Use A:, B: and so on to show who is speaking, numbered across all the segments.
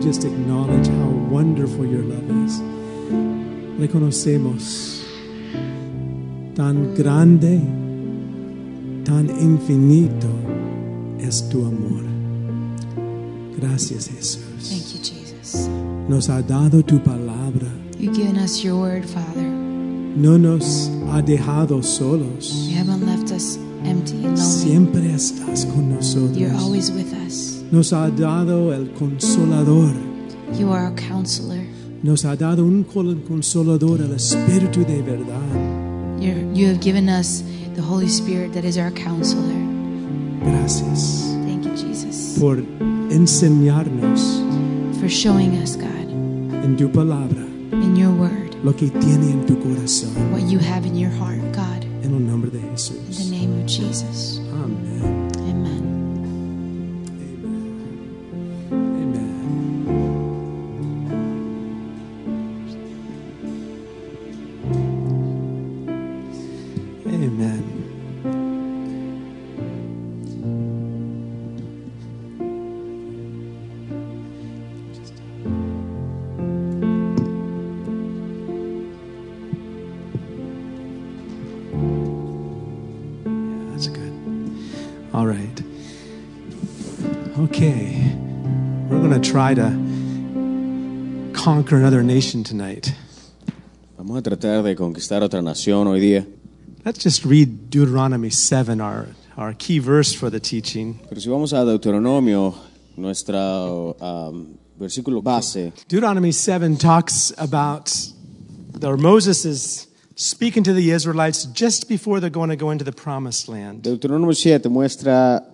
A: just acknowledge how wonderful your love es. Reconocemos tan grande, tan infinito es tu amor. Gracias
B: Thank
A: Jesús.
B: you, Jesus.
A: Nos ha dado tu palabra.
B: You've given us your word, Father.
A: No nos ha dejado solos.
B: You haven't left us empty and lonely.
A: Siempre estás con
B: You're
A: nosotros.
B: always with us.
A: Nos ha dado el consolador.
B: You are our counselor.
A: Nos ha dado un col- consolador, el Espíritu de verdad.
B: You're, you have given us the Holy Spirit that is our counselor.
A: Gracias
B: Thank you, Jesus,
A: por enseñarnos
B: for showing us, God,
A: en tu palabra
B: in your word,
A: lo que tiene en tu corazón.
B: what you have in your heart, God.
A: En el nombre de
B: In the
A: Jesús.
B: name of Jesus.
A: Amén.
B: Amen.
A: Amen. Amen. Yeah, that's good. All right. Okay. We're going to try to conquer another nation tonight.
C: Vamos a tratar de conquistar otra nación hoy día.
A: Let's just read Deuteronomy 7, our, our key verse for the teaching.
C: Pero si vamos a Deuteronomio, nuestro um, versículo base,
A: Deuteronomy 7 talks about or Moses is speaking to the Israelites just before they're going to go into the promised land.
C: Deuteronomio 7 muestra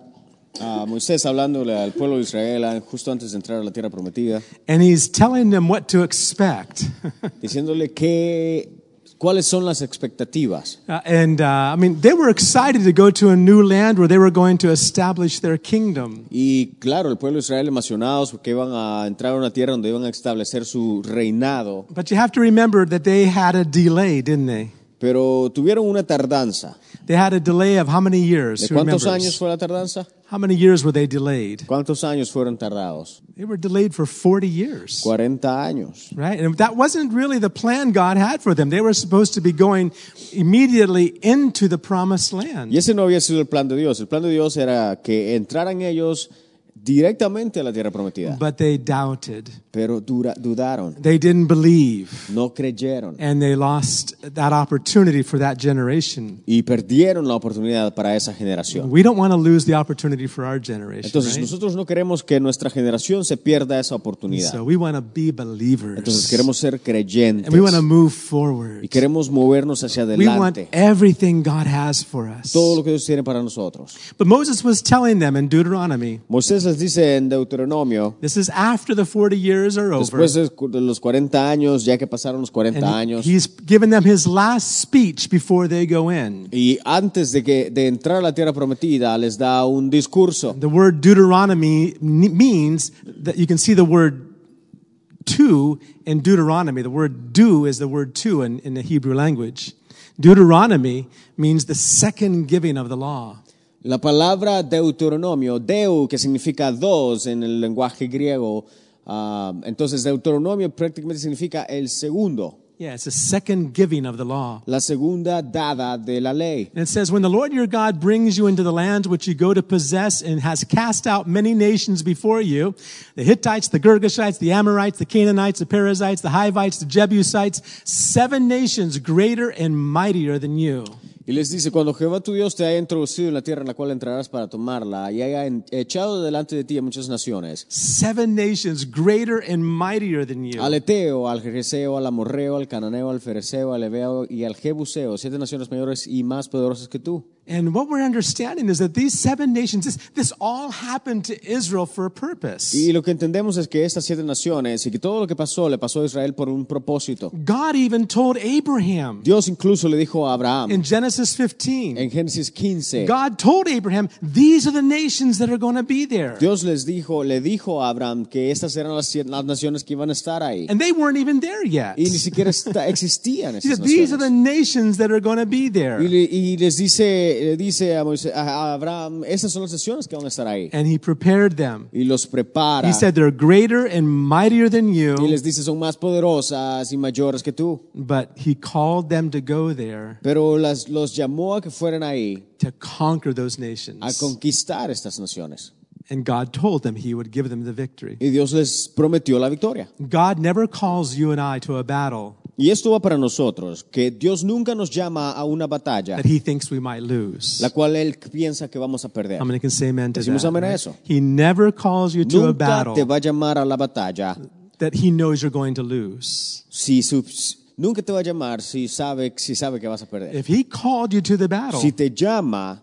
C: a Moisés hablándole al pueblo de Israel ah, justo antes de entrar a la tierra prometida,
A: And he's telling them what to expect.
C: diciéndole que cuáles son las expectativas.
A: Uh, and uh, I mean, they were excited to go to a new land where they were going to establish their kingdom.
C: Y claro, el pueblo de Israel emocionados porque iban a entrar a una tierra donde iban a establecer su reinado,
A: But you have to remember that they had a delay, didn't they?
C: pero tuvieron una tardanza.
A: They had a delay of how many years?
C: ¿De
A: Who
C: cuántos
A: remembers?
C: años fue la tardanza?
A: How many years were they delayed?
C: ¿Cuántos años fueron tardados?
A: They were delayed for 40 years.
C: 40 años.
A: Right? And that wasn't really the plan God had for them. They were supposed to be going immediately into the promised
C: Y
A: land.
C: ese no había sido el plan de Dios. El plan de Dios era que entraran ellos directamente a la tierra prometida.
A: But they doubted.
C: Pero dura- dudaron,
A: They didn't believe.
C: no creyeron
A: And they lost that opportunity for that generation.
C: y perdieron la oportunidad para esa generación.
A: We don't want to lose the opportunity for our generation.
C: Entonces
A: Right?
C: nosotros no queremos que nuestra generación se pierda esa
A: So
C: oportunidad.
A: we want to be
C: Entonces
A: believers.
C: queremos ser
A: And we want to
C: creyentes
A: move
C: y
A: forward.
C: queremos movernos hacia
A: We want
C: adelante.
A: everything God has for us.
C: Todo lo que Dios tiene para nosotros.
A: But Moses was telling them in Deuteronomy,
C: Moisés les dice en Deuteronomio,
A: this is after the 40 years are over.
C: después de cu- de los 40 años, ya que pasaron los 40
A: and he-
C: años,
A: he's given them his last speech before they go in.
C: Y antes de, que, de entrar a la tierra prometida, les da un discurso.
A: The word Deuteronomy n- means that you can see the word to in Deuteronomy. The word do is the word to in, in the Hebrew language. Deuteronomy means the second giving of the law.
C: La palabra Deuteronomio, Deu, que significa dos en el lenguaje griego. ah, entonces, Deuteronomio prácticamente significa el segundo,
A: Yeah, it's the second giving of the law.
C: la segunda dada de la ley.
A: And it says, When the Lord your God brings you into the land which you go to possess and has cast out many nations before you, the Hittites, the Girgashites, the Amorites, the Canaanites, the Perizzites, the Hivites, the Jebusites, seven nations greater and mightier than you.
C: Y les dice, cuando Jehová tu Dios te haya introducido en la tierra en la cual entrarás para tomarla y haya en- echado delante de ti a muchas naciones,
A: Seven nations greater and mightier than you.
C: al Eteo, al Jereseo, al Amorreo, al Cananeo, al Fereseo, al Ebeo y al Jebuseo, siete naciones mayores y más poderosas que tú.
A: And what we're understanding is that these seven nations, this, this all happened to Israel for a purpose.
C: Y lo que entendemos es que estas siete naciones y que todo lo que pasó le pasó a Israel por un propósito.
A: God even told Abraham
C: Dios incluso le dijo a Abraham
A: in Genesis 15,
C: en Génesis 15.
A: God told Abraham, these are the nations that are going to be there.
C: Dios les dijo, le dijo a Abraham que estas eran las, siete- las naciones que iban a estar ahí.
A: And they weren't even there yet.
C: Y ni
A: He
C: siquiera esta- existían esas
A: said, these are the nations
C: naciones.
A: that are going to be there.
C: Y, le- y les dice, le, le dice a, Moisés- a- a Abraham, esas son las naciones que van a estar ahí.
A: and he prepared them.
C: Y los prepara.
A: He said, They're greater and mightier than
C: y
A: you,
C: les dice, son más poderosas y mayores que tú.
A: but he called them to go there
C: Pero las, los llamó a que fueran ahí
A: to conquer those
C: a
A: nations.
C: conquistar estas naciones.
A: And God told them he would give them the victory.
C: Y Dios les prometió la victoria.
A: God never calls you and I to a battle
C: Y esto va para nosotros, que Dios nunca nos llama a una batalla
A: that he thinks we might lose.
C: la cual Él piensa que vamos a perder.
A: How many can say amen to
C: Decimos
A: that?
C: amen a eso.
A: He never calls you to a
C: Nunca te
A: battle
C: va a llamar a la batalla
A: that he knows you're going to lose.
C: si su- nunca te va a llamar si sabe si sabe que vas a perder.
A: If he called you to the battle,
C: Si te llama,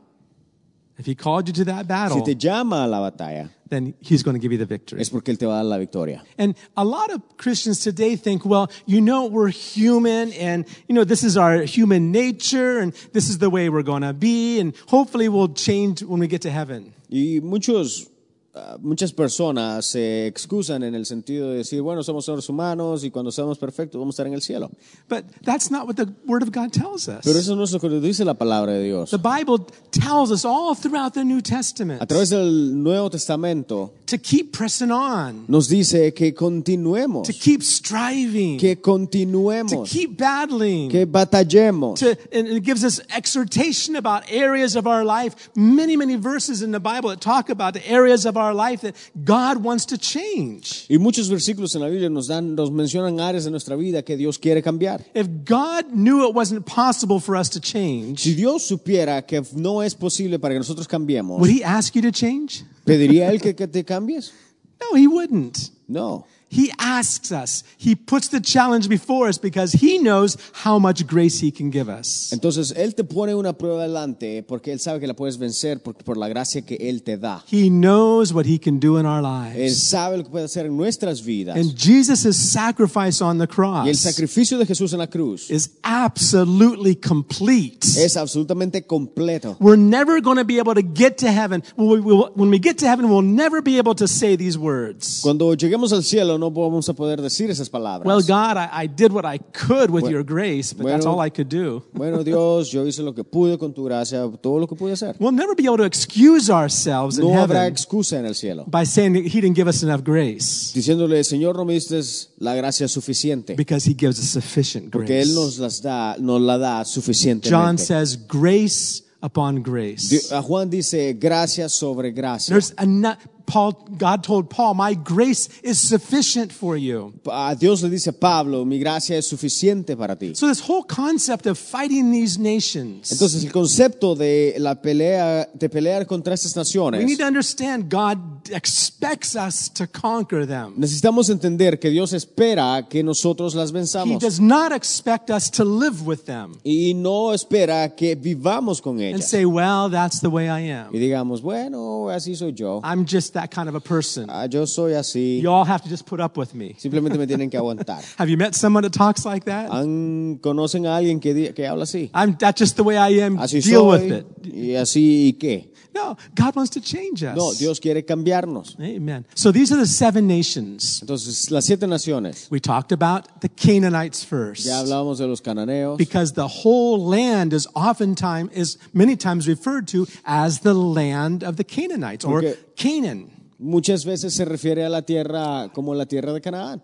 A: if he called you to that battle,
C: si te llama a la batalla,
A: then he's going to give you the victory.
C: es porque Él te va a dar la victoria.
A: And a lot of Christians today think, well, you know, we're human and, you know, this is our human nature and this is the way we're going to be and hopefully we'll change when we get to heaven.
C: Y muchos ah, muchas personas se excusan en el sentido de decir, bueno, somos seres humanos y cuando seamos perfectos vamos a estar en el cielo.
A: But that's not what the Word of God tells us.
C: Pero eso no es lo que nos dice la palabra de Dios.
A: The Bible tells us all throughout the New
C: A
A: Testament
C: través del Nuevo Testamento
A: to keep pressing on,
C: nos dice que continuemos,
A: to keep striving,
C: que
A: to
C: continuemos,
A: keep battling.
C: que batallemos.
A: to, and it gives us exhortation about areas of our life. Many, many verses in the Bible that talk about the areas of our life that God wants to change.
C: Y muchos versículos en la Biblia nos dan, nos mencionan áreas de nuestra vida que Dios quiere cambiar.
A: If God knew it wasn't possible for us to change,
C: Si Dios supiera que no es posible para que nosotros cambiemos,
A: would He ask you to change?
C: ¿pediría Él que, que te cambies?
A: No, He wouldn't.
C: No.
A: He asks us. He puts the challenge before us because He knows how much grace He can give us.
C: Entonces Él te pone una prueba delante porque Él sabe que la puedes vencer por, por la gracia que Él te da.
A: He knows what He can do in our
C: Él
A: lives.
C: sabe lo que puede hacer en nuestras vidas.
A: And Jesus' sacrifice on the
C: Y el
A: cross
C: sacrificio de Jesús en la cruz
A: is absolutely complete.
C: es absolutamente completo.
A: We're never going to be able to get to heaven. When we, will- when we get to heaven, we'll never be able to say these words.
C: Cuando lleguemos al cielo no vamos a poder decir esas
A: Well,
C: palabras.
A: God, I, I did what I could with your grace, but that's
C: bueno.
A: all I could do.
C: Bueno Dios, yo hice lo que pude con tu gracia, todo lo que pude hacer.
A: We'll never be able to excuse ourselves in
C: No habrá
A: heaven
C: excusa en el cielo.
A: by saying that He didn't give us enough grace
C: Diciéndole, Señor, no me diste la gracia suficiente.
A: because He gives us sufficient
C: Porque Él
A: grace.
C: nos, las da, nos la da
A: John
C: suficientemente.
A: says, grace upon
C: Di-
A: grace.
C: A Juan dice, gracia sobre gracia.
A: There's enough. Paul, God told Paul, my grace is sufficient for you.
C: A Dios le dice, Pablo, mi gracia es suficiente para ti.
A: So this whole concept of fighting these nations.
C: Entonces, el concepto de la pelea, de pelear contra estas
A: We need
C: naciones,
A: to understand God expects us to conquer them.
C: necesitamos entender que Dios espera que nosotros las
A: He
C: venzamos.
A: does not expect us to live with them
C: Y no espera que vivamos con
A: and
C: ellas.
A: say, well, that's the way I
C: Y
A: am.
C: digamos, bueno, así soy yo.
A: I'm just that kind of a person.
C: Ah, Yo soy así.
A: You all have to just put up with me.
C: Simplemente me tienen que aguantar.
A: Have you met someone that talks like that?
C: Han- ¿Conocen a alguien que, di- que habla así?
A: I'm that's just the way I am.
C: Así
A: Deal
C: soy,
A: with it.
C: Y así, ¿y qué?
A: No, God wants to change us.
C: No, Dios quiere cambiarnos.
A: Amen. So these are the seven nations.
C: Entonces, las siete naciones.
A: We talked about the Canaanites first.
C: Ya hablábamos de los cananeos.
A: because the whole land is oftentimes is many times referred to as the land of the Canaanites or
C: Okay.
A: Canaan.
C: Muchas veces se refiere a la tierra como la tierra de Canaán.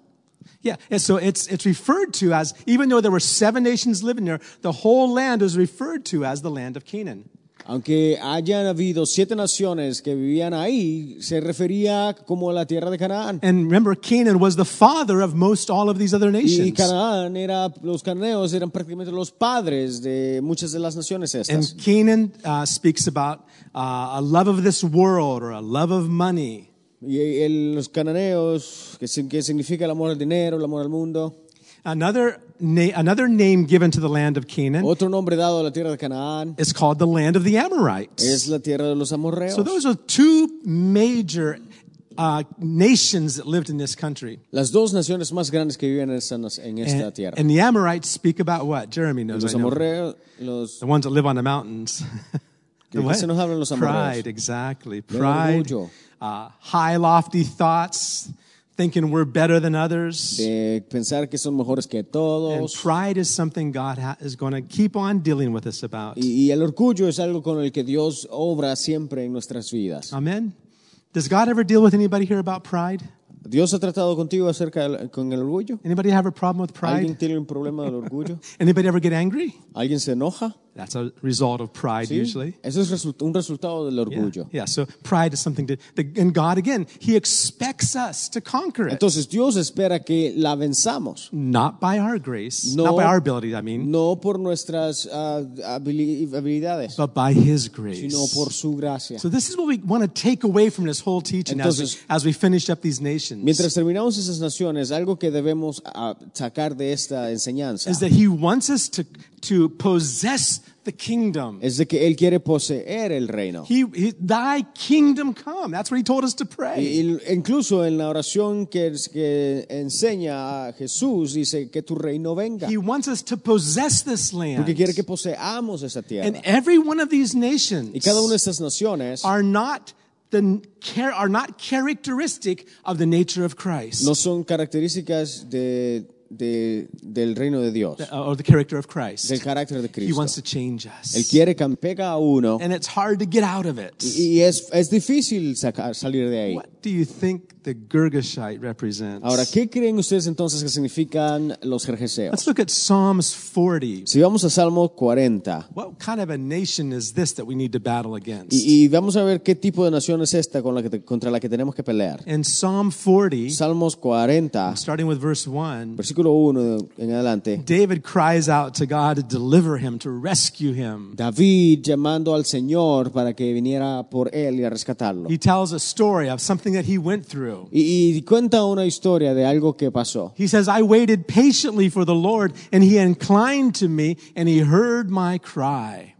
A: Yeah, and so it's it's referred to as even though there were seven nations living there, the whole land is referred to as the land of Canaan.
C: Aunque hayan habido siete naciones que vivían ahí, se refería como la tierra de Canaán.
A: And remember, Canaan was the father of most all of these other
C: Y
A: nations.
C: Canaán era, los cananeos eran prácticamente los padres de muchas de las naciones estas.
A: And Canaan uh, speaks about uh, a love of this world or a love of money.
C: Y el- los cananeos, que, sin- que significa el amor al dinero, el amor al mundo.
A: Another na- another name given to the land of Canaan
C: Otro nombre dado a la tierra de Canaán
A: is called the land of the Amorites.
C: es la tierra de los amorreos.
A: So those are two major uh, nations that lived in this country.
C: Las dos naciones más grandes que viven en esta, en esta
A: And,
C: tierra.
A: and the Amorites speak about what? Jeremy knows.
C: los
A: I know.
C: amorreos, los
A: The ones that live on the mountains.
C: ¿De qué se nos hablan los amorreos?
A: Pride, exactly. Pride.
C: orgullo.
A: Uh, high, lofty thoughts. thinking we're better than others.
C: de eh, pensar que son mejores que
A: And
C: todos.
A: pride is something God ha- is going to keep on dealing with us about.
C: Y, y el orgullo es algo con el que Dios obra siempre en nuestras vidas.
A: Amen. Does God ever deal with anybody here about pride?
C: ¿Dios ha tratado contigo acerca del- con el orgullo?
A: Anybody have a problem with
C: ¿Alguien
A: pride?
C: tiene un problema del orgullo?
A: Anybody ever get angry?
C: ¿Alguien se enoja?
A: That's a result of pride
C: ¿Sí?
A: usually.
C: Eso es result- un resultado del
A: Yeah.
C: orgullo.
A: yeah, so pride is something to, the, and God again, He expects us to conquer it.
C: Entonces Dios espera que la venzamos.
A: Not by our grace,
C: No.
A: not by our ability, I mean,
C: No por nuestras ah, habili- habilidades,
A: but by His grace.
C: sino por su gracia.
A: So this is what we want to take away from this whole teaching as,
C: Entonces-
A: we, as we finish up these nations.
C: Mientras terminamos esas naciones, algo que debemos ah, sacar de esta enseñanza
A: is that he wants us to, to possess the kingdom.
C: es de que Él quiere poseer el reino.
A: He, he- thy kingdom come. That's what he told us to
C: Y-
A: pray.
C: y incluso en la oración que, es- que enseña a Jesús, dice que tu reino venga.
A: He wants us to possess this land.
C: Porque quiere que poseamos esa tierra.
A: And every one of these
C: Y
A: nations
C: cada una de estas naciones
A: are not the char- are not characteristic of the nature of Christ
C: no son características de, de- del reino de Dios,
A: uh, or the character of Christ.
C: del carácter de
A: He wants to
C: Cristo.
A: change
C: Él
A: us.
C: quiere que pega a uno
A: And it's hard to get out of it.
C: y es, es difícil sacar, salir de ahí.
A: What do you think the Girgashite represents?
C: Ahora, ¿qué creen ustedes entonces que significan los jerjeseos?
A: Let's look at Psalms 40.
C: Si vamos a Salmo 40
A: What kind of a nation is this that we need to battle against?
C: y, y vamos a ver qué tipo de nación es esta con la que te- contra la que tenemos que pelear.
A: In Psalm 40,
C: Salmos 40,
A: starting with verse 1,
C: versículo 1 en adelante.
A: David cries out to God to deliver him, to rescue him.
C: David llamando al Señor para que viniera por él y a rescatarlo.
A: He tells a story of something that he went through.
C: Y, y cuenta una historia de algo que pasó.
A: He says, I waited patiently for the Lord, and he inclined to me, and he heard my cry.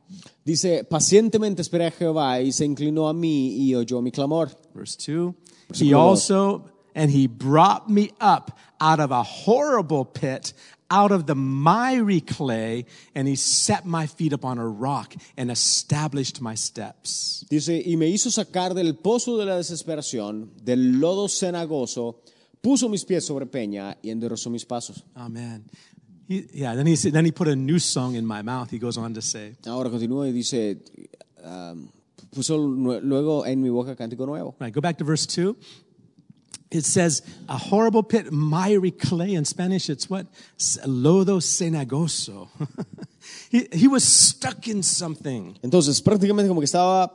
C: Dice, pacientemente esperé a Jehová y se inclinó a mí y oyó mi clamor.
A: Verse 2, He
C: dos.
A: also, and he brought me up out of a horrible pit, out of the miry clay, and he set my feet upon a rock and established my steps.
C: Dice, y me hizo sacar del pozo de la desesperación, del lodo cenagoso, puso mis pies sobre peña y enderezó mis pasos.
A: Amen. He, yeah, then he said, then he put a new song in my mouth, he goes on to say.
C: Ahora continúa y dice, um, puso nue- luego en mi boca cántico nuevo.
A: Right, go back to verse 2. It says, a horrible pit, miry clay. In Spanish, it's what? S- Lodo cenagoso. he, he was stuck in something.
C: Entonces, prácticamente como que estaba,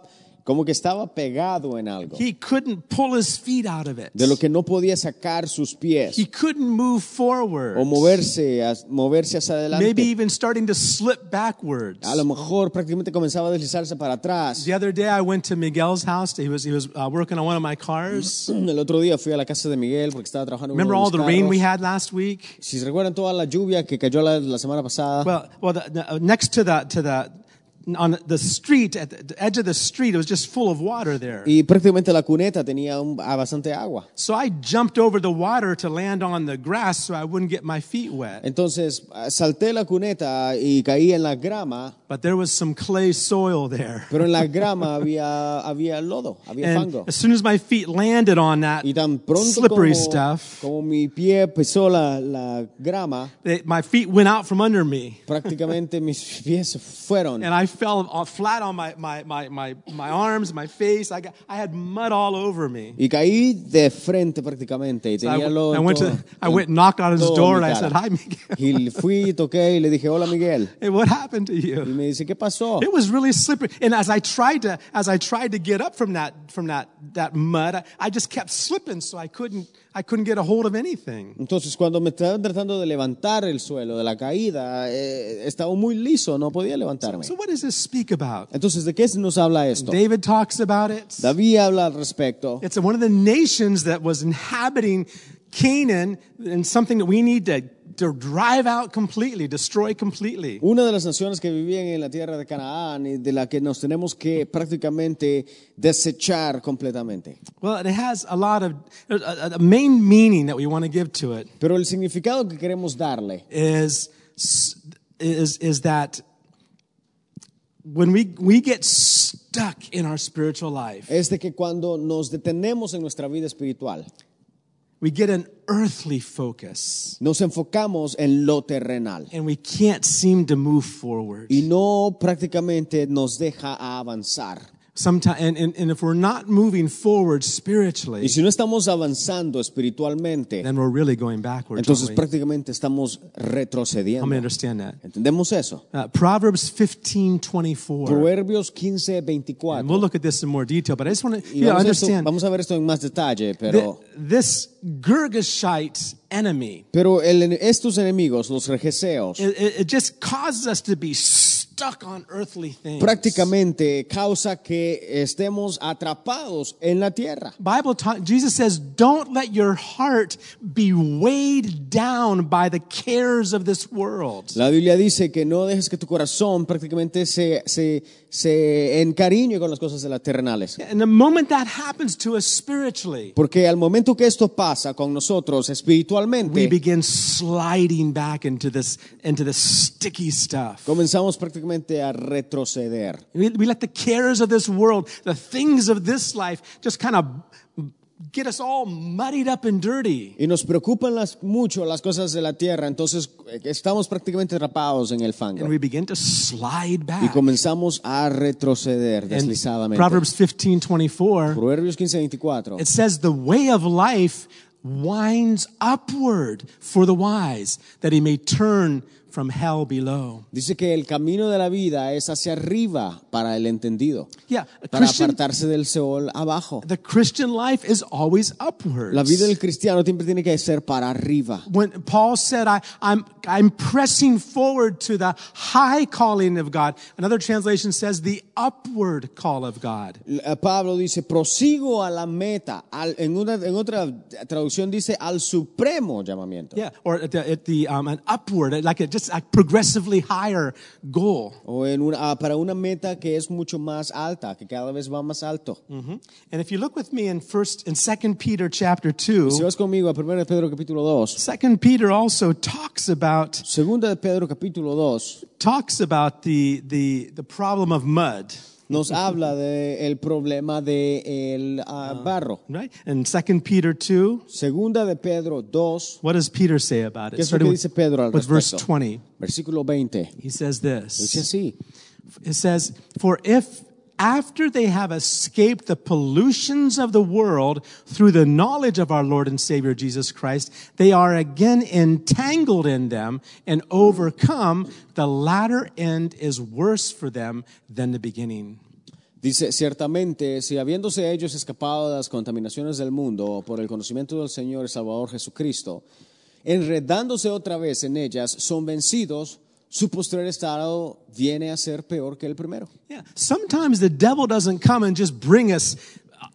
C: como que estaba pegado en algo.
A: He couldn't pull his feet out of it.
C: de lo que no podía sacar sus pies
A: He couldn't move forward.
C: o moverse, a- moverse hacia
A: Maybe
C: adelante.
A: even starting to slip backwards.
C: A lo mejor prácticamente comenzaba a deslizarse para atrás.
A: The other day I went to Miguel's house. He was, he was uh, working on one of my cars.
C: El otro día fui a la casa de Miguel porque estaba trabajando en uno
A: Remember
C: de
A: all
C: mis
A: the rain
C: carros.
A: we had last week?
C: Si se recuerdan toda la lluvia que cayó la, la semana pasada,
A: Well, well, the, the, uh, next to the, to the, on the street, at the, the edge of the street, it was just full of water there.
C: y prácticamente la cuneta tenía un- ah, bastante agua.
A: So I jumped over the water to land on the grass so I wouldn't get my feet wet.
C: Entonces ah, salté la cuneta y caí en la grama,
A: But there was some clay soil there.
C: pero en la grama había, había lodo, había
A: And
C: fango.
A: as soon as my feet landed on that
C: Y tan pronto
A: slippery
C: como,
A: stuff,
C: como mi pie pisó la- la grama,
A: they, my feet went out from under me.
C: prácticamente mis pies se fueron
A: And I fell off flat on my, my, my, my, my arms, my face. I, got, I had mud all over me.
C: y caí de frente prácticamente y
A: So I,
C: tenía lo
A: I went
C: todo-
A: to, I went and knocked on his
C: todo
A: door
C: mi
A: and I
C: cara.
A: said, Hi, Miguel.
C: y fui toqué y le dije hola Miguel
A: Hey, what happened to
C: y
A: you?
C: me dice qué pasó
A: It was really slippery. And as I tried to, as I tried to get up from that, from that, that mud, I, I just kept slipping. So I couldn't, I couldn't get a hold of anything.
C: entonces cuando me estaban tratando de levantar el suelo de la caída eh, estaba muy liso no podía levantarme
A: So what does this speak about?
C: entonces de qué nos habla esto
A: David talks about it.
C: David habla al respecto
A: It's one of the nations that was inhabiting Canaan and something that we need to, to drive out completely, destroy completely.
C: una de las naciones que vivían en la tierra de Canaán y de la que nos tenemos que prácticamente desechar completamente
A: Well, it has a lot of, a, a- a main meaning that we want to give to it
C: pero el significado que queremos darle
A: is, is, is that when we, we get stuck in our spiritual life,
C: es de que cuando nos detenemos en nuestra vida espiritual,
A: we get an earthly focus
C: Nos enfocamos en lo terrenal
A: and we can't seem to move forward.
C: y no prácticamente nos deja avanzar.
A: Sometimes, and, and, and if we're not moving forward spiritually,
C: Y si no estamos avanzando espiritualmente,
A: then we're really going backwards.
C: entonces
A: aren't we?
C: prácticamente estamos
A: How many
C: retrocediendo.
A: understand that?
C: ¿Entendemos eso?
A: Uh, Proverbs 15, 24.
C: Proverbios 15,
A: And we'll
C: 24.
A: look at this in more detail, but I just want to
C: Y
A: you know,
C: vamos, a esto-
A: understand
C: vamos a ver esto en más detalle,
A: that
C: pero,
A: this Girgashite enemy,
C: pero el- estos enemigos, los regeseos,
A: it, it- it just causes us to be stuck on earthly things.
C: prácticamente causa que estemos atrapados en la tierra.
A: Bible ta- Jesus says, don't let your heart be weighed down by the cares of this world.
C: La Biblia dice que no dejes que tu corazón prácticamente se, se, se encariñe con las cosas de las terrenales.
A: And the moment that happens to us spiritually,
C: Porque al momento que esto pasa con nosotros
A: we
C: espiritualmente,
A: begin sliding back into this, into this sticky stuff.
C: comenzamos prácticamente a retroceder.
A: We, we let the cares of this world, the things of this life, just kind of get us all muddied up and dirty.
C: Y nos preocupan las, mucho las cosas de la tierra, entonces eh, estamos prácticamente atrapados en el fango.
A: And we begin to slide
C: Y
A: back.
C: comenzamos a retroceder
A: And
C: deslizadamente.
A: Proverbs 15 24,
C: Proverbios 15:24.
A: it says, The way of life winds upward for the wise, that he may turn from hell below.
C: Dice que el camino de la vida es hacia arriba para el entendido,
A: Yeah, a
C: para
A: Christian,
C: apartarse del Seol abajo.
A: the Christian life is always upward.
C: La vida del cristiano siempre tiene que ser para arriba.
A: when Paul said, I, I'm, I'm pressing forward to the high calling of God. Another translation says the upward call of God.
C: L- eh, Pablo dice, prosigo a la meta. Al- en, una, en otra traducción dice, al supremo llamamiento.
A: Yeah. Or at the, at the um, an upward, like a, just a progressively higher goal.
C: O en una, ah, para una meta que es mucho más alta, que cada vez va más alto.
A: And if you look with me in first and second Peter chapter
C: Si
A: 2,
C: vas conmigo a 1 de Pedro capítulo 2,
A: second Peter also talks about,
C: segunda de Pedro capítulo 2,
A: talks about the, the, the problem of mud.
C: nos habla del problema del barro.
A: Right? And second Peter 2,
C: Segunda de Pedro 2,
A: what does Peter say about it?
C: ¿qué es lo
A: Starting
C: que
A: with-
C: dice Pedro al
A: with verse
C: respecto?
A: 20.
C: Versículo 20.
A: He says
C: Dice
A: this.
C: así.
A: It says, For if after they have escaped the pollutions of the world through the knowledge of our Lord and Savior Jesus Christ, they are again entangled in them and overcome, the latter end is worse for them than the beginning.
C: Dice, ciertamente, si habiéndose ellos escapado de las contaminaciones del mundo por el conocimiento del Señor y Salvador Jesucristo, enredándose otra vez en ellas, son vencidos, su posterior estado viene a ser peor que el primero.
A: Yeah. Sometimes the devil doesn't come and just bring us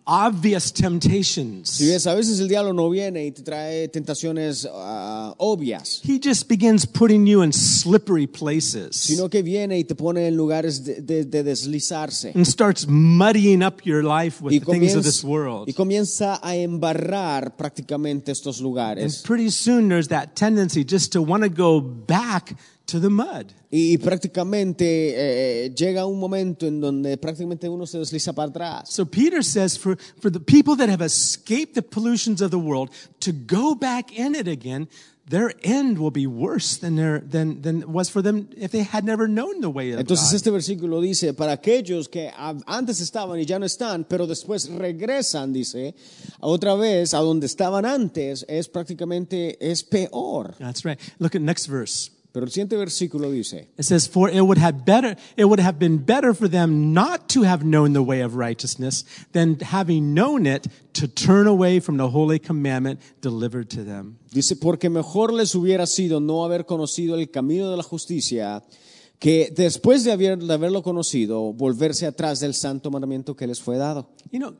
A: obvious
C: Si
A: temptations.
C: ves, a veces el diablo no viene y te trae tentaciones ah, obvias,
A: He just begins putting you in slippery places.
C: sino que viene y te pone en lugares de, de- de deslizarse.
A: and starts muddying up your life with
C: Y
A: the things of this
C: comienza,
A: world.
C: y comienza a embarrar prácticamente estos lugares.
A: And pretty soon there's that tendency just to want to go back to the mud.
C: Y prácticamente eh, llega un momento en donde prácticamente uno se desliza para atrás.
A: So Peter says for, for the people that have escaped the pollutions of the world to go back in it again, their end will be worse than their than than it was for them if they had never known the way of
C: Entonces
A: God.
C: este versículo dice, para aquellos que a- antes estaban y ya no están, pero después regresan, dice, otra vez a donde estaban antes, es prácticamente, es peor.
A: That's right. Look at next verse.
C: Pero el siguiente versículo dice,
A: It says, for it would have better, it would have been better for them not to have known the way of righteousness than having known it to turn away from the holy commandment delivered to them.
C: dice, porque mejor les hubiera sido no haber conocido el camino de la justicia que después de, haber- de haberlo conocido, volverse atrás del santo mandamiento que les fue dado.
A: You know,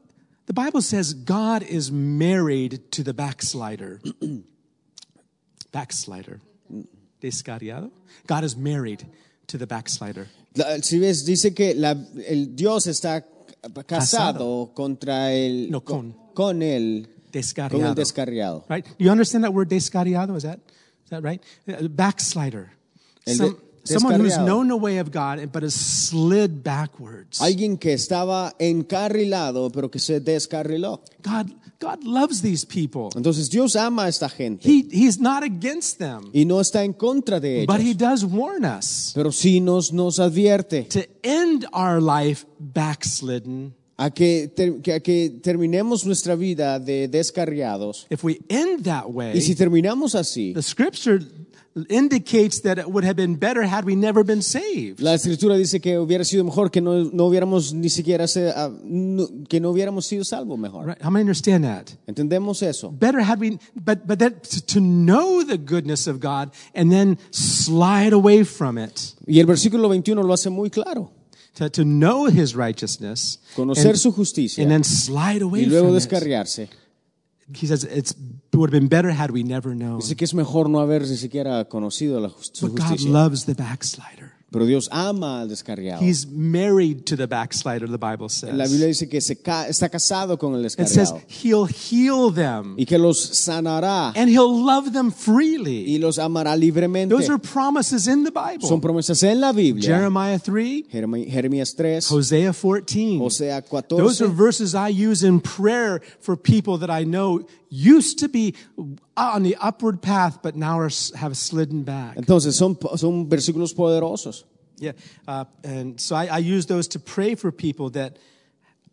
A: the Bible says God is married to the backslider. backslider. Descarriado. God is married to the backslider.
C: La- Si ves, dice que la- el Dios está casado,
A: Casado.
C: contra el
A: No, con.
C: con el
A: Descarriado.
C: con el descarriado.
A: Right? You understand that word descarriado? Is that, is that right? Uh, Backslider.
C: El,
A: Some-
C: de-
A: Someone who's
C: Descarriado.
A: known the way of God, but has slid backwards.
C: Alguien que estaba encarrilado, pero que se descarriló.
A: God, God loves these people.
C: Entonces Dios ama a esta gente
A: He, he's not against them,
C: y no está en contra de
A: but He
C: ellos.
A: does warn us
C: Pero sí nos, nos advierte
A: to end our life backslidden.
C: a que, ter- que- a que terminemos nuestra vida de descarriados.
A: If we end that way,
C: Y si terminamos así,
A: the scripture indicates that it would have been better had we never been saved.
C: la escritura dice que hubiera sido mejor que no, no hubiéramos ni siquiera se- ah, no- que no hubiéramos sido salvos mejor.
A: Right? How many understand that?
C: ¿Entendemos eso?
A: Better had we, but, but that, to, to know the goodness of God and then slide away from it,
C: Y el versículo 21 lo hace muy claro.
A: to, to know His righteousness
C: Conocer
A: and,
C: su justicia
A: and then slide away
C: y luego
A: from it.
C: descarriarse.
A: He says it's, it would have been better had we never known.
C: Dice que es mejor no haber ni siquiera conocido la jus- su
A: But God
C: justicia.
A: loves the backslider.
C: Pero Dios ama al descarriado.
A: He's married to the backslider, the Bible
C: La Biblia
A: says.
C: dice que se ca- está casado con el
A: It says
C: descarriado
A: He'll heal them
C: y que los sanará
A: and He'll love them freely.
C: y los amará libremente.
A: Those are promises in the
C: Son
A: Bible.
C: promesas en la Biblia.
A: Jeremiah 3,
C: Jerem- Jeremías 3,
A: Hosea 14.
C: Osea
A: Those are
C: 14.
A: verses I use in prayer for people that I know used to be on the upward path, but now are, have slidden back.
C: Entonces son, po- son versículos poderosos.
A: Yeah. Uh, and so I, I use those to pray for people that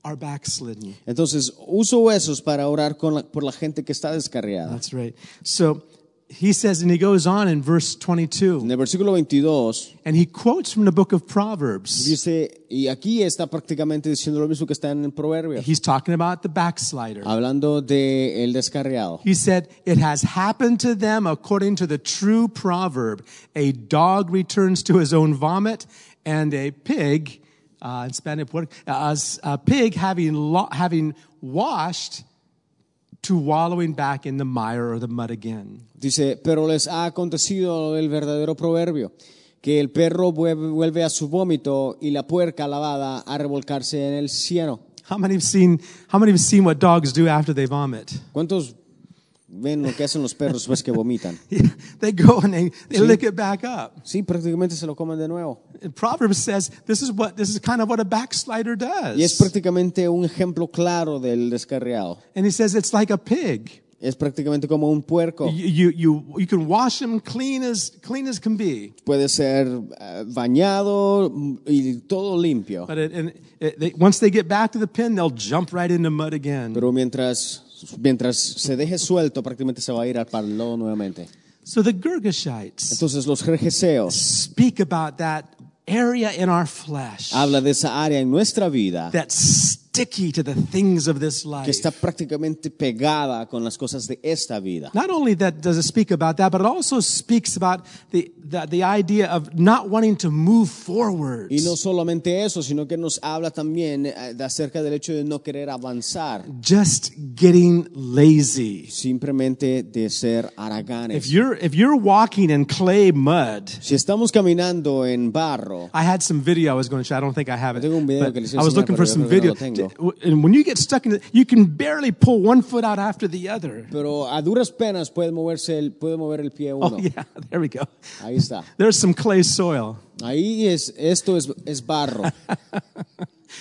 A: are backslidden.
C: Entonces uso esos para orar con la- por la gente que está descarriada.
A: That's right. So he says, and he goes on in verse 22,
C: En el versículo 22
A: and he quotes from the book of Proverbs.
C: dice, y aquí está prácticamente diciendo lo mismo que está en el proverbio,
A: He's talking about the backslider.
C: hablando de el descarriado.
A: He said, It has happened to them according to the true proverb. A dog returns to his own vomit, and a pig, uh, in Spanish, what- uh, s- a pig having, lo- having washed to wallowing back in the mire or the mud again.
C: Dice, pero les ha acontecido el verdadero proverbio, que el perro vuelve vuelve a su vómito y la puerca lavada a revolcarse en el cielo.
A: How many have seen, how many have seen what dogs do after they vomit?
C: ¿Cuántos ven lo que hacen los perros después que vomitan?
A: they go and they, they lick it back up.
C: Sí, prácticamente se lo comen de nuevo.
A: And Proverbs says this is what this is kind of what a backslider does.
C: Y es prácticamente un ejemplo claro del descarriado.
A: and he says it's like a pig.
C: Es prácticamente como un puerco.
A: you, you, you, you can wash them clean as, clean as can be,
C: Puede ser eh, bañado mm, y todo limpio.
A: but it, and it, they, once they get back to the pen, they'll jump right into mud again.
C: Pero mientras, mientras se deje suelto, prácticamente se va a ir al palo nuevamente.
A: So the Girgashites
C: Entonces los jerjeseos
A: speak about that area in our flesh
C: habla de esa área en nuestra vida
A: that's sticky to the things of this
C: que
A: life.
C: está prácticamente pegada con las cosas de esta vida.
A: Not only that does it speak about that, but it also speaks about the, the, the idea of not wanting to move forward.
C: Y no solamente eso, sino que nos habla también eh, de acerca del hecho de no querer avanzar,
A: Just getting lazy.
C: simplemente de ser
A: If
C: haraganes.
A: you're, if you're walking in clay mud,
C: Si estamos caminando en barro,
A: I had some video I was going to show. I don't think I have it.
C: Tengo un video
A: but
C: que les
A: I was
C: enseñar,
A: looking for
C: pero yo
A: some
C: creo que
A: video.
C: no lo tengo.
A: D- And when you get stuck in it, you can barely pull one foot out after the other.
C: pero a duras penas puede moverse el, puede mover el pie uno.
A: Oh, yeah, there we go.
C: Ahí está.
A: There's some clay soil.
C: Ahí es, esto es, es barro.
A: Do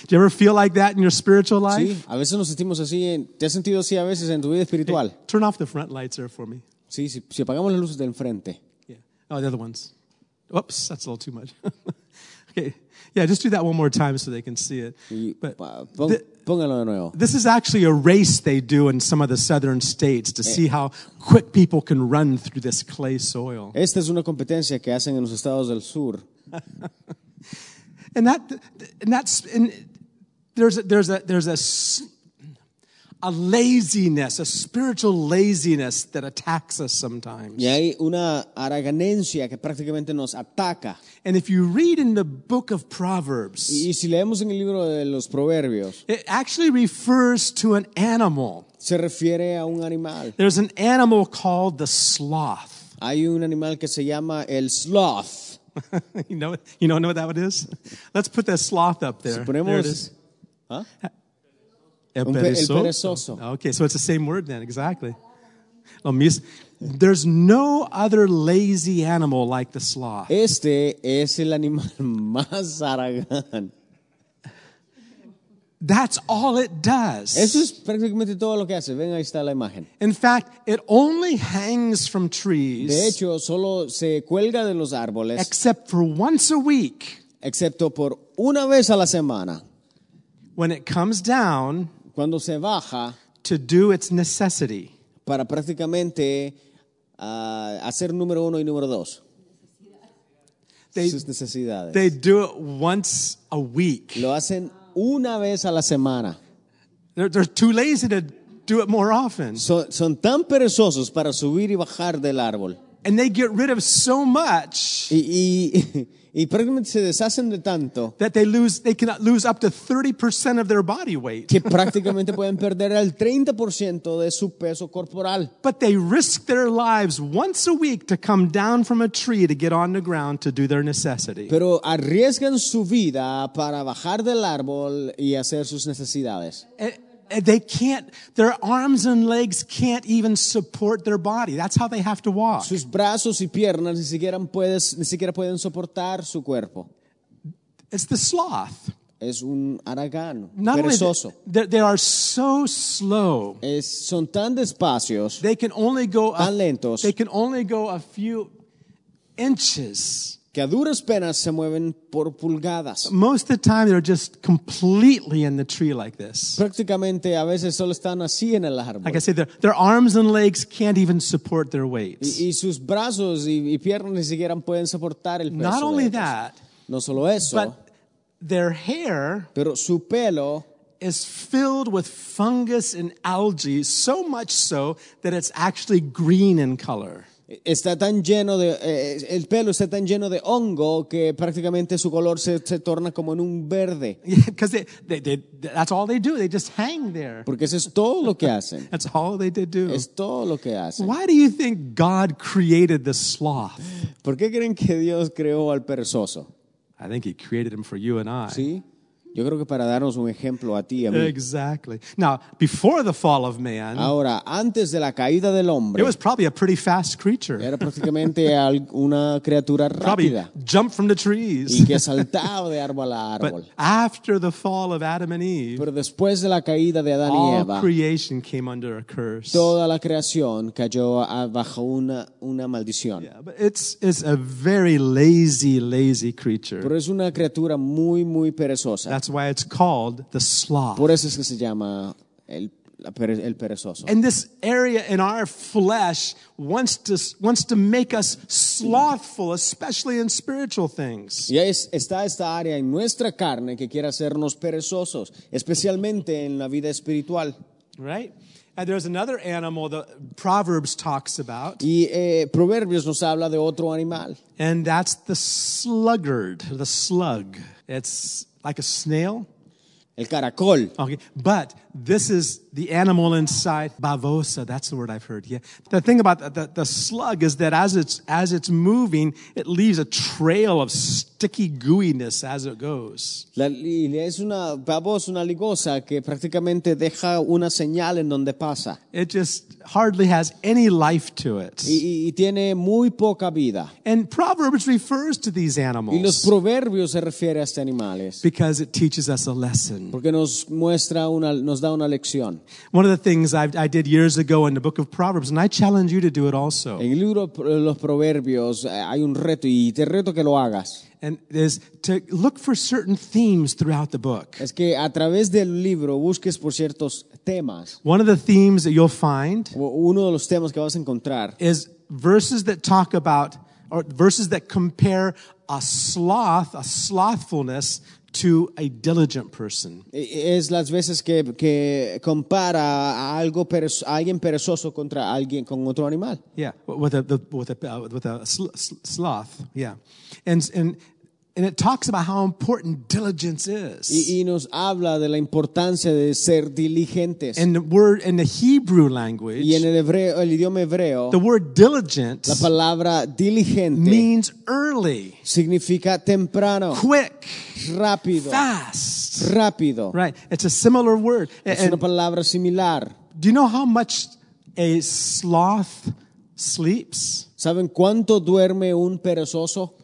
A: you ever feel like that in your spiritual life?
C: ¿sí? A veces nos sentimos así. en- ¿Te has sentido así a veces en tu vida espiritual?
A: Turn off the front lights there for me.
C: Sí, si, si apagamos las luces del frente.
A: Yeah. Oh, the other ones. Whoops, that's a little too much. okay. Yeah, just do that one more time so they can see it.
C: Y
A: But
C: pa- pon-
A: thi-
C: póngalo de nuevo.
A: this is actually a race they do in some of the southern states to see how quick people can run through this clay soil.
C: Esta es una competencia que hacen en los estados del sur.
A: and that and that's and there's a, there's a there's a s- a laziness a spiritual laziness that attacks us sometimes
C: Y hay una araganencia que prácticamente nos ataca.
A: and if you read in the book of proverbs
C: Y si leemos en el libro de los proverbios,
A: it actually refers to an animal
C: se refiere a un animal.
A: there's an animal called the sloth
C: Hay un animal que se llama el sloth.
A: Ah, you know you don't know what that one is let's put that sloth up there there it is
C: Ponemos
A: El
C: Un pe- el
A: perezoso. Ah,
C: perezoso.
A: Okay, so it's the same word then, exactly. lo mis. There's no other lazy animal like the sloth.
C: Eh. Este es el animal más aragán.
A: That's all it does.
C: Eso es prácticamente todo lo que hace. Ven, ahí está la imagen.
A: In fact, it only hangs from
C: De
A: trees
C: hecho, solo se cuelga de los árboles,
A: except for once a week.
C: excepto por una vez a la semana,
A: When it comes down
C: cuando se baja
A: to do its necessity.
C: para prácticamente ah, hacer número uno y número dos,
A: They,
C: sus necesidades.
A: they do it once a week.
C: Lo hacen una vez a la semana.
A: They're, they're too lazy to do it more often.
C: Son, son tan perezosos para subir y bajar del árbol.
A: And they get rid of so much
C: Y, y- y prácticamente se deshacen de tanto
A: that they lose, they cannot lose up to 30% of their body weight.
C: que prácticamente pueden perder el 30% de su peso corporal.
A: But they risk their lives once a week to come down from a tree to get on the ground to do their necessity.
C: Pero arriesgan su vida para bajar del árbol y hacer sus necesidades.
A: And- and they can't, their arms and legs can't even support their body. That's how they have to walk.
C: Sus brazos y piernas ni siquiera, puedes- ni siquiera pueden soportar su cuerpo.
A: It's the sloth.
C: Es un aragán,
A: Not only
C: perezoso.
A: that, they, they are so slow.
C: Es- son tan despacios,
A: They can only go a,
C: tan lentos,
A: they can only go a few inches.
C: que a duras penas se mueven por pulgadas.
A: Most of the time they're just completely in the tree like this.
C: Prácticamente a veces solo están así en el árbol.
A: Like I said, their, their arms and legs can't even support their weights.
C: Y, y sus brazos y, y piernas ni siquiera pueden soportar el peso.
A: Not
C: de
A: only
C: ellos.
A: that,
C: no solo eso,
A: but their hair
C: pero su pelo
A: is filled with fungus and algae, so much so that it's actually green in color.
C: está tan lleno de eh, el pelo está tan lleno de hongo que prácticamente su color se, se torna como en un verde,
A: Because they, they, they, that's all they do. They just hang there.
C: porque eso es todo lo que hacen.
A: That's all they did do.
C: Es todo lo que hacen.
A: Why do you think God created the sloth?
C: ¿Por qué creen que Dios creó al perezoso?
A: I think He created him for you and I.
C: ¿Sí? Yo creo que para darnos un ejemplo a ti y a mí.
A: Exactly. Now, before the fall of man,
C: Ahora, antes de la caída del
A: it
C: hombre,
A: was probably a pretty fast creature.
C: era prácticamente al- una criatura
A: Probably
C: rápida
A: jumped from the
C: y
A: trees.
C: que saltaba de árbol a
A: But
C: árbol.
A: after the fall of Adam and Eve,
C: Pero después de la caída de Adán y
A: all
C: Eva,
A: creation came under a curse.
C: toda la creación cayó a- bajo una, una maldición.
A: Yeah, but it's it's a very lazy, lazy creature.
C: Pero es una criatura muy, muy perezosa.
A: That's why it's called the sloth.
C: Por eso es que se llama el, la pere- el perezoso.
A: And this area in our flesh wants to, wants to make us slothful, especially in spiritual things.
C: Y ahí es- está esta área en nuestra carne que quiere hacernos perezosos, especialmente en la vida espiritual.
A: Right? And there's another animal that Proverbs talks about,
C: Y eh, Proverbios nos habla de otro animal,
A: and that's the sluggard, the slug. It's like a snail.
C: el caracol.
A: Okay, but this is the animal inside bavosa. That's the word I've heard. Yeah, the thing about the, the, the slug is that as it's as it's moving, it leaves a trail of sticky gooiness as it goes.
C: La- y es una babosa, una ligosa que prácticamente deja una señal en donde pasa.
A: It just hardly has any life to it.
C: Y, y- y tiene muy poca vida.
A: And Proverbs refers to these
C: Y los
A: animals
C: proverbios se refiere a estos animales
A: because it teaches us a lesson.
C: porque nos muestra una, nos da una lección.
A: One of the things I've, I did years ago in the book of Proverbs, and I challenge you to do it also,
C: En el libro de los proverbios eh, hay un reto y te reto que lo hagas.
A: and is to look for certain themes throughout the book.
C: Es que a través del libro busques por ciertos temas.
A: One of the themes that you'll find
C: O Uno de los temas que vas a encontrar
A: is verses that talk about, or verses that compare a sloth, a slothfulness, to a diligent person.
C: eh, es las veces que, que compara a, algo perez- a alguien perezoso contra alguien con otro animal.
A: Yeah, w- with a the, with a uh, with a sl- sl- sloth. Yeah, and and and it talks about how important diligence is.
C: Y, y nos habla de la importancia de ser diligentes.
A: And the word in the Hebrew language,
C: Y en el hebreo, el idioma hebreo,
A: the word diligence
C: la palabra diligente
A: means early,
C: significa temprano,
A: quick,
C: rápido,
A: fast.
C: rápido.
A: Right. It's a similar word.
C: Es una
A: And, and
C: palabra similar.
A: do you know how much a sloth sleeps?
C: ¿Saben cuánto duerme un perezoso?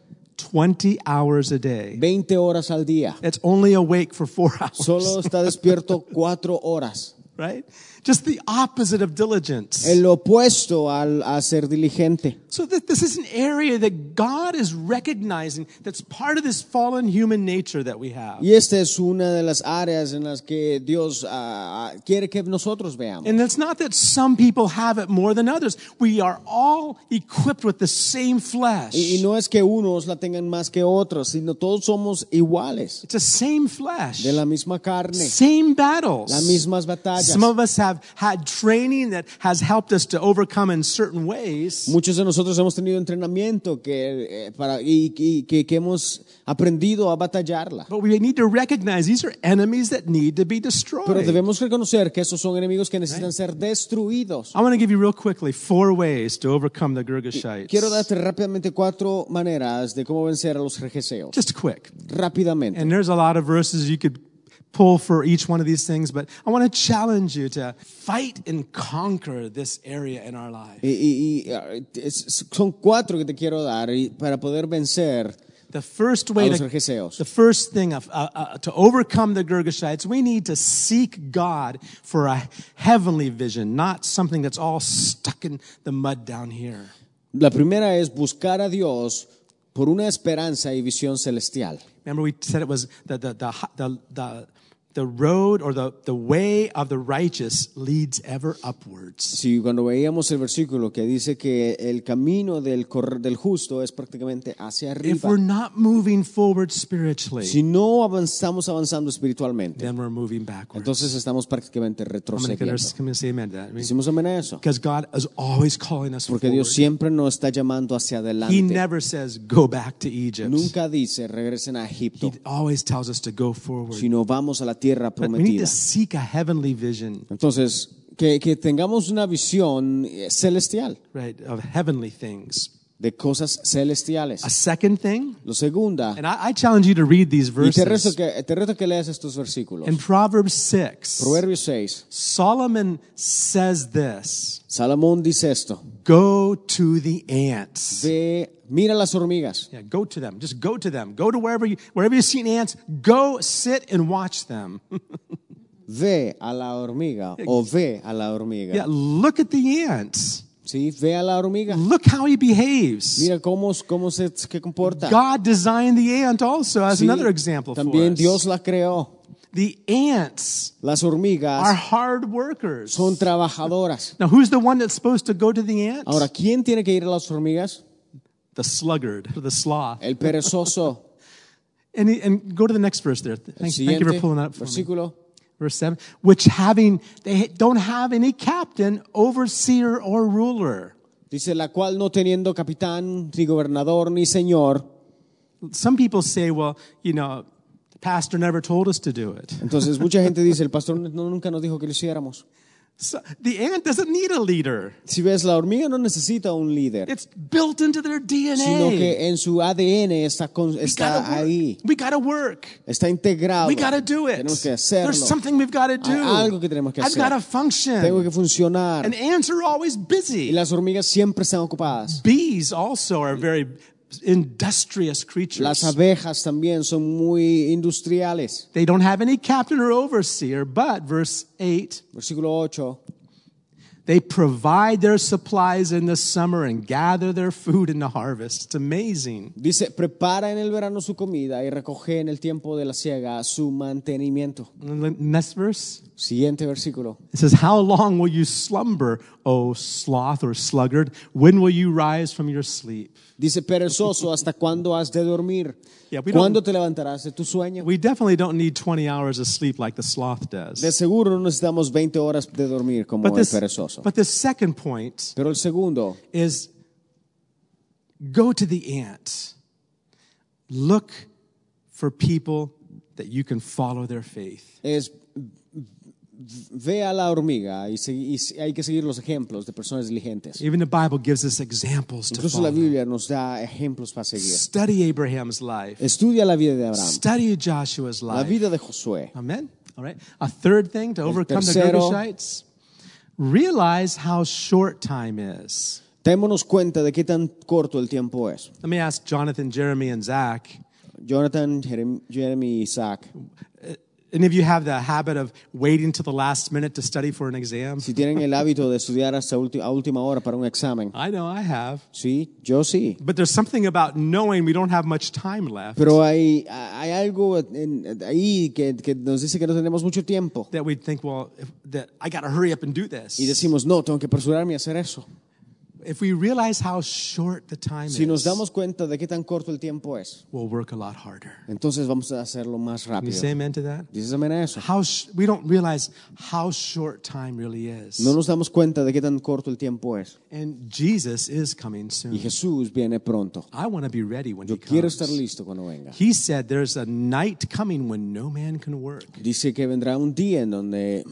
A: 20 hours a day.
C: 20 horas al día.
A: It's only awake for four hours,
C: Solo está despierto cuatro horas.
A: right? Just the opposite of diligence.
C: El opuesto al, a ser diligente.
A: So th- this is an area that God is recognizing that's part of this fallen human nature that we have.
C: Y esta es una de las áreas en las que Dios ah, ah, quiere que nosotros veamos.
A: And it's not that some people have it more than others. We are all equipped with the same flesh.
C: Y, y no es que unos la tengan más que otros, sino todos somos iguales.
A: It's the same flesh.
C: De la misma carne,
A: Same battles.
C: las mismas batallas.
A: Some of us have had training that has helped us to overcome in certain ways.
C: Muchos de nosotros hemos tenido entrenamiento que, eh, para, y, y- que, que hemos aprendido a batallarla.
A: But we need to recognize these are enemies that need to be
C: Pero
A: destroyed.
C: debemos reconocer que esos son enemigos que necesitan ser destruidos.
A: I want to give you real quickly four ways to overcome the Girgashites.
C: Quiero darte rápidamente cuatro maneras de cómo vencer a los rejeseos.
A: Just quick.
C: Rápidamente.
A: And there's a lot of verses you could pull for each one of these things, but I want to challenge you to fight and conquer this area in our life.
C: Y, y- y, eh, es- son cuatro que te quiero dar y- para poder vencer
A: The first
C: a
A: way
C: los
A: to,
C: rejeseos.
A: the first thing of, uh, uh, to overcome the Girgashites, we need to seek God for a heavenly vision, not something that's all stuck in the mud down here.
C: La primera es buscar a Dios por una esperanza y visión celestial.
A: Remember, we said it was the, the, the, the, the, the road or the, the way of the righteous leads ever upwards.
C: Si cuando veíamos el versículo que dice que el camino del, cor- del justo es prácticamente hacia
A: If we're
C: arriba,
A: not moving forward spiritually,
C: si no avanzamos avanzando espiritualmente,
A: then we're moving backwards.
C: entonces estamos prácticamente
A: I'm going
C: retrocediendo.
A: to say amen to that. I mean,
C: Hicimos amén a eso.
A: Because God is always calling us
C: Porque Dios
A: forward.
C: siempre nos está llamando hacia
A: He
C: adelante.
A: never says, go back to Egypt.
C: Nunca dice regresen a Egipto,
A: He always tells us to go forward.
C: sino vamos a la tierra
A: But we need
C: prometida.
A: to seek a heavenly vision,
C: Entonces, que, que tengamos una visión eh, celestial,
A: right, of heavenly things.
C: de cosas celestiales.
A: A second thing,
C: Lo segunda,
A: and I, I challenge you to read these
C: y te reto
A: verses.
C: que, te reto que leas estos versículos.
A: In Proverbs 6,
C: Proverbios 6,
A: Solomon says this
C: Salomón dice esto,
A: Go to the ants.
C: ve, mira las hormigas,
A: Yeah, go to them. Just go to them. Go to wherever you wherever you see ants. Go sit and watch them.
C: ve a la hormiga o ve a la
A: yeah, Mm.
C: hormiga.
A: look at the ants.
C: Sí, ve a la hormiga.
A: Look how he behaves.
C: Mira cómo, cómo se, se comporta.
A: God designed the ant also as
C: Sí,
A: another example for
C: también
A: us.
C: Dios la creó.
A: The ants
C: Las
A: are
C: hormigas
A: hard workers.
C: son trabajadoras.
A: Now, who's the one that's supposed to go to the ants?
C: Ahora, ¿quién tiene que ir a las hormigas?
A: the sluggard, the sloth.
C: El perezoso.
A: And, he- and go to the next verse there.
C: El
A: Thank, thank you
C: siguiente
A: for pulling that up for me.
C: versículo.
A: Verse 7. Which having, they don't have any captain, overseer, or ruler.
C: Dice, la cual no teniendo capitán, ni gobernador, ni señor.
A: Some people say, well, you know, the pastor never told us to do it.
C: Entonces, mucha gente dice, el pastor no- nunca nos dijo que lo hiciéramos.
A: So, the ant doesn't need a leader.
C: Si ves, la hormiga no necesita un líder,
A: It's built into their DNA.
C: sino que en su ADN está, con-
A: We
C: está
A: gotta work.
C: ahí,
A: We gotta work.
C: está integrado.
A: We gotta do it.
C: Tenemos que
A: There's
C: hacerlo.
A: something we've gotta do.
C: Hay algo que tenemos que
A: I've
C: hacer.
A: gotta
C: Tengo
A: function.
C: que funcionar.
A: And ants are always
C: Y
A: busy.
C: las hormigas siempre están ocupadas.
A: Bees also are very industrious
C: Las
A: creatures.
C: abejas también son muy industriales.
A: They don't have any captain or overseer, but verse 8
C: Versículo 8.
A: They provide their supplies in the summer and gather their food in the harvest. It's amazing.
C: Dice, prepara en el verano su comida y recoge en el tiempo de la siega su mantenimiento.
A: And the Next verse.
C: Siguiente versículo.
A: It says, How long will you slumber, O sloth or sluggard? When will you rise from your sleep?
C: Dice, perezoso, ¿hasta cuándo has de dormir?
A: Yeah, we don't-
C: ¿Cuándo te levantarás de tu sueño?
A: We definitely don't need 20 hours of sleep like the sloth
C: De
A: does.
C: seguro no necesitamos 20 horas de dormir como
A: But
C: el
A: this,
C: perezoso.
A: but this second point
C: Pero el segundo,
A: is go to the ant. Look for people that you can follow their faith.
C: es ve a la hormiga y, se- y se- hay que seguir los ejemplos de personas diligentes.
A: Even the Bible gives us examples to
C: Incluso la
A: follow.
C: Biblia nos da ejemplos para seguir.
A: Study Abraham's life.
C: Estudia la vida de Abraham,
A: Study Joshua's
C: la
A: life.
C: vida de Josué.
A: Amen. All right. A third thing to overcome the
C: tercero.
A: Girgashites realize how short time is.
C: Démonos cuenta de qué tan corto el tiempo es.
A: Let me ask Jonathan, Jeremy, and Zach.
C: Jonathan, Jerem- Jeremy, Isaac,
A: Any of you have the habit of waiting till the last minute to study for an exam?
C: si tienen el hábito de estudiar hasta ulti- a última hora para un examen.
A: I know I have.
C: Sí, yo sí.
A: But there's something about knowing we don't have much time left
C: Pero hay, hay algo en- ahí que, que nos dice que no tenemos mucho tiempo.
A: that we think, well, if, that I got to hurry up and do this.
C: Y decimos, no, tengo que apresurarme a hacer eso.
A: If we realize how short the time
C: Si nos
A: is,
C: damos cuenta de qué tan corto el tiempo es,
A: we'll work a lot harder.
C: entonces vamos a hacerlo más
A: Can you
C: rápido.
A: say amen to that?
C: Dices amén a eso.
A: How sh- we don't realize how short time really is.
C: No nos damos cuenta de qué tan corto el tiempo es.
A: And Jesus is coming soon.
C: Y Jesús viene pronto.
A: I want to be ready when
C: Yo
A: he
C: quiero estar
A: comes.
C: listo cuando venga.
A: He said there's a night coming when no man can work,
C: Dice que vendrá un día en donde,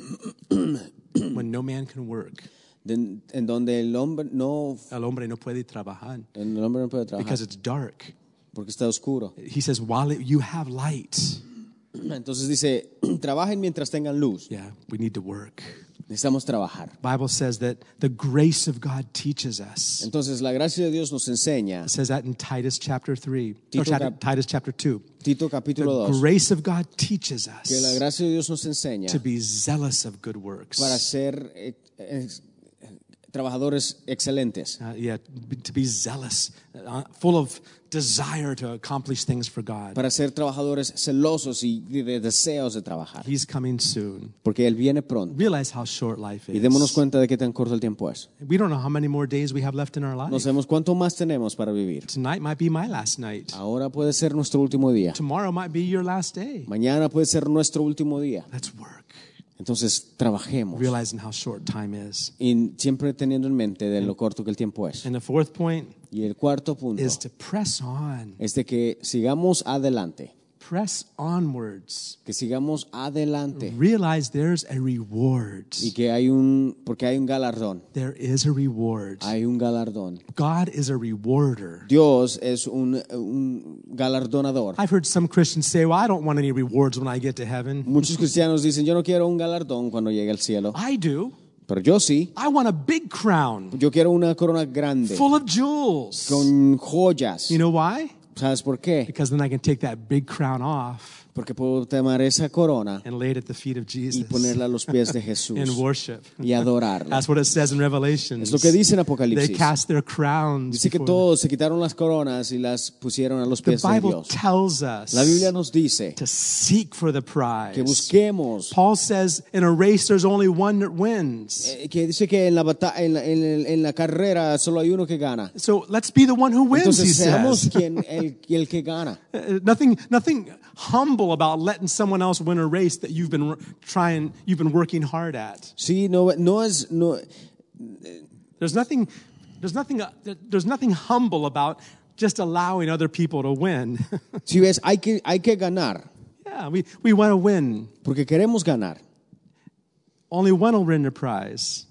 A: when no man can work.
C: de- en donde el hombre no,
A: El hombre no puede trabajar
C: el hombre no puede trabajar
A: because it's dark.
C: porque está oscuro.
A: He says while it- you have light,
C: Entonces dice, trabajen mientras tengan luz.
A: yeah, we need to work.
C: Necesitamos trabajar.
A: Bible says that the grace of God teaches us.
C: Entonces la gracia de Dios nos enseña,
A: It says that in Titus chapter 3,
C: Tito
A: or chapter,
C: cap-
A: Titus chapter 2.
C: Tito capítulo
A: The
C: 2,
A: grace of God teaches
C: que la
A: us
C: gracia de Dios nos enseña
A: to be zealous of good works.
C: para ser eh, ex- trabajadores excelentes.
A: Uh, yeah, b- to be zealous, uh, full of desire to accomplish things for God.
C: Para ser trabajadores celosos y de deseos de trabajar.
A: He's coming soon.
C: Porque Él viene pronto.
A: Realize how short life
C: Y démonos
A: is.
C: cuenta de qué tan corto el tiempo es.
A: We don't know how many more days we have left in our
C: No
A: life.
C: sabemos cuánto más tenemos para vivir.
A: Tonight might be my last night.
C: Ahora puede ser nuestro último día.
A: Tomorrow might be your last day.
C: Mañana puede ser nuestro último día.
A: Let's work.
C: Entonces, trabajemos.
A: Realizing how short time is.
C: Y siempre teniendo en mente de lo corto que el tiempo es.
A: And the fourth point
C: Y el cuarto punto
A: is to press on.
C: es de que sigamos adelante.
A: Press onwards.
C: Que sigamos adelante.
A: Realize there's a reward.
C: Y que hay un, porque hay un galardón.
A: There is a reward.
C: Hay un galardón.
A: God is a rewarder.
C: Dios es un, un galardonador.
A: I've heard some Christians say, Well, I don't want any rewards when I get to heaven.
C: Muchos cristianos dicen, yo no quiero un galardón cuando llegue al cielo.
A: I do.
C: Pero yo sí.
A: I want a big crown
C: Yo quiero una corona grande.
A: full of jewels.
C: Con joyas.
A: You know why?
C: ¿Sabes por qué?
A: Because then I can take that big crown off
C: Porque puedo tomar esa corona
A: and lay it at the feet of
C: y
A: Jesus
C: ponerla a los pies de
A: in
C: Jesús
A: worship.
C: y adorarla.
A: That's what it says in Revelation.
C: Es lo que dice en
A: They
C: Apocalipsis.
A: cast their crowns.
C: Dice que
A: before-
C: todos se quitaron las coronas y las pusieron a los
A: the
C: pies de
A: Bible
C: Dios.
A: tells us
C: La Biblia nos dice
A: to seek for the
C: que
A: prize.
C: busquemos,
A: Paul says in a race there's only one that wins.
C: eh, que dice que en la, bata- en, la, en el- en la carrera solo hay uno que gana.
A: So let's be the one who wins, he
C: Entonces seamos
A: says.
C: quien, el, el que gana.
A: Uh, nothing nothing humble about letting someone else win a race that you've been r- trying you've been working hard at
C: Sí, no, no es... No,
A: there's nothing there's nothing uh, there- there's nothing humble about just allowing other people to win
C: si ves, hay que, hay que ganar,
A: yeah we, we want to win
C: porque queremos ganar.
A: only one will win the prize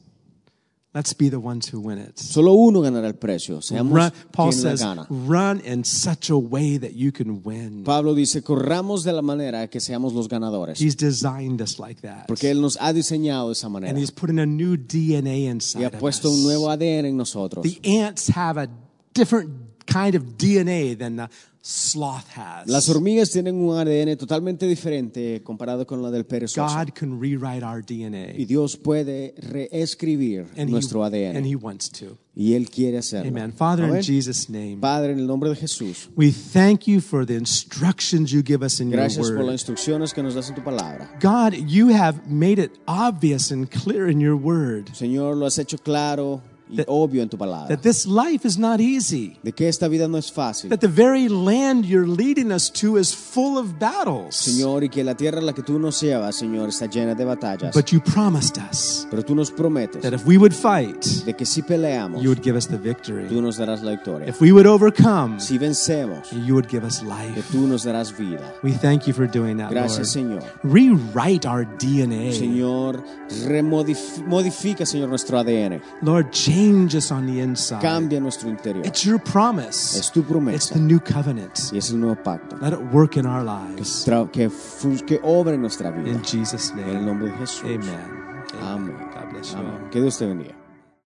A: let's be the ones who win it
C: Solo uno ganará el precio. Seamos
A: run, paul
C: quien la
A: says
C: gana.
A: run in such a way that you can win
C: Pablo dice, corramos de la manera que seamos los ganadores.
A: he's designed us like that
C: Porque Él nos ha diseñado de esa
A: and
C: manera.
A: he's putting a new dna
C: Y ha
A: inside of
C: puesto un
A: us.
C: nuevo ADN en nosotros.
A: The ants have a different kind of DNA than the sloth
C: Las
A: has.
C: hormigas tienen un ADN totalmente diferente comparado con la del perezoso.
A: God can rewrite our
C: Y
A: DNA.
C: Dios puede reescribir
A: And
C: nuestro
A: he, and
C: ADN.
A: he wants to.
C: Y Él quiere hacerlo.
A: Amen. Father, in
C: Amén.
A: Jesus' name,
C: Padre, en el nombre de Jesús,
A: we thank you for the instructions you give us in your
C: gracias por las
A: word.
C: instrucciones que nos das en tu palabra.
A: God, you have made it obvious and clear in your word
C: Señor, lo has hecho claro y
A: That-
C: obvio en tu palabra.
A: that this life is not easy,
C: De que esta vida no es fácil,
A: that the very land you're leading us to is full of battles.
C: Señor, y que la tierra a la que tú nos llevas, Señor, está llena de batallas.
A: But you promised us
C: Pero tú nos prometes
A: that if we would fight,
C: de que si peleamos,
A: you would give us the victory.
C: tú nos darás la victoria.
A: If we would overcome,
C: Si vencemos,
A: you would give us
C: que
A: life.
C: tú nos darás vida.
A: We thank you for doing that,
C: Gracias,
A: Lord.
C: Señor.
A: Rewrite our DNA.
C: Señor, remodif- modifica, Señor, nuestro ADN.
A: Lord, change us on the inside.
C: Cambia nuestro interior.
A: It's your promise.
C: Es tu
A: It's the
C: promesa
A: new covenant.
C: y es el nuevo pacto.
A: Let it work in our lives.
C: Tra- Que, fu- que obre en nuestra vida.
A: In Jesus'
C: En el
A: name.
C: nombre de Jesús.
A: Amen. Amen.
C: Amén.
A: God bless. this year.
C: Que Dios te bendiga.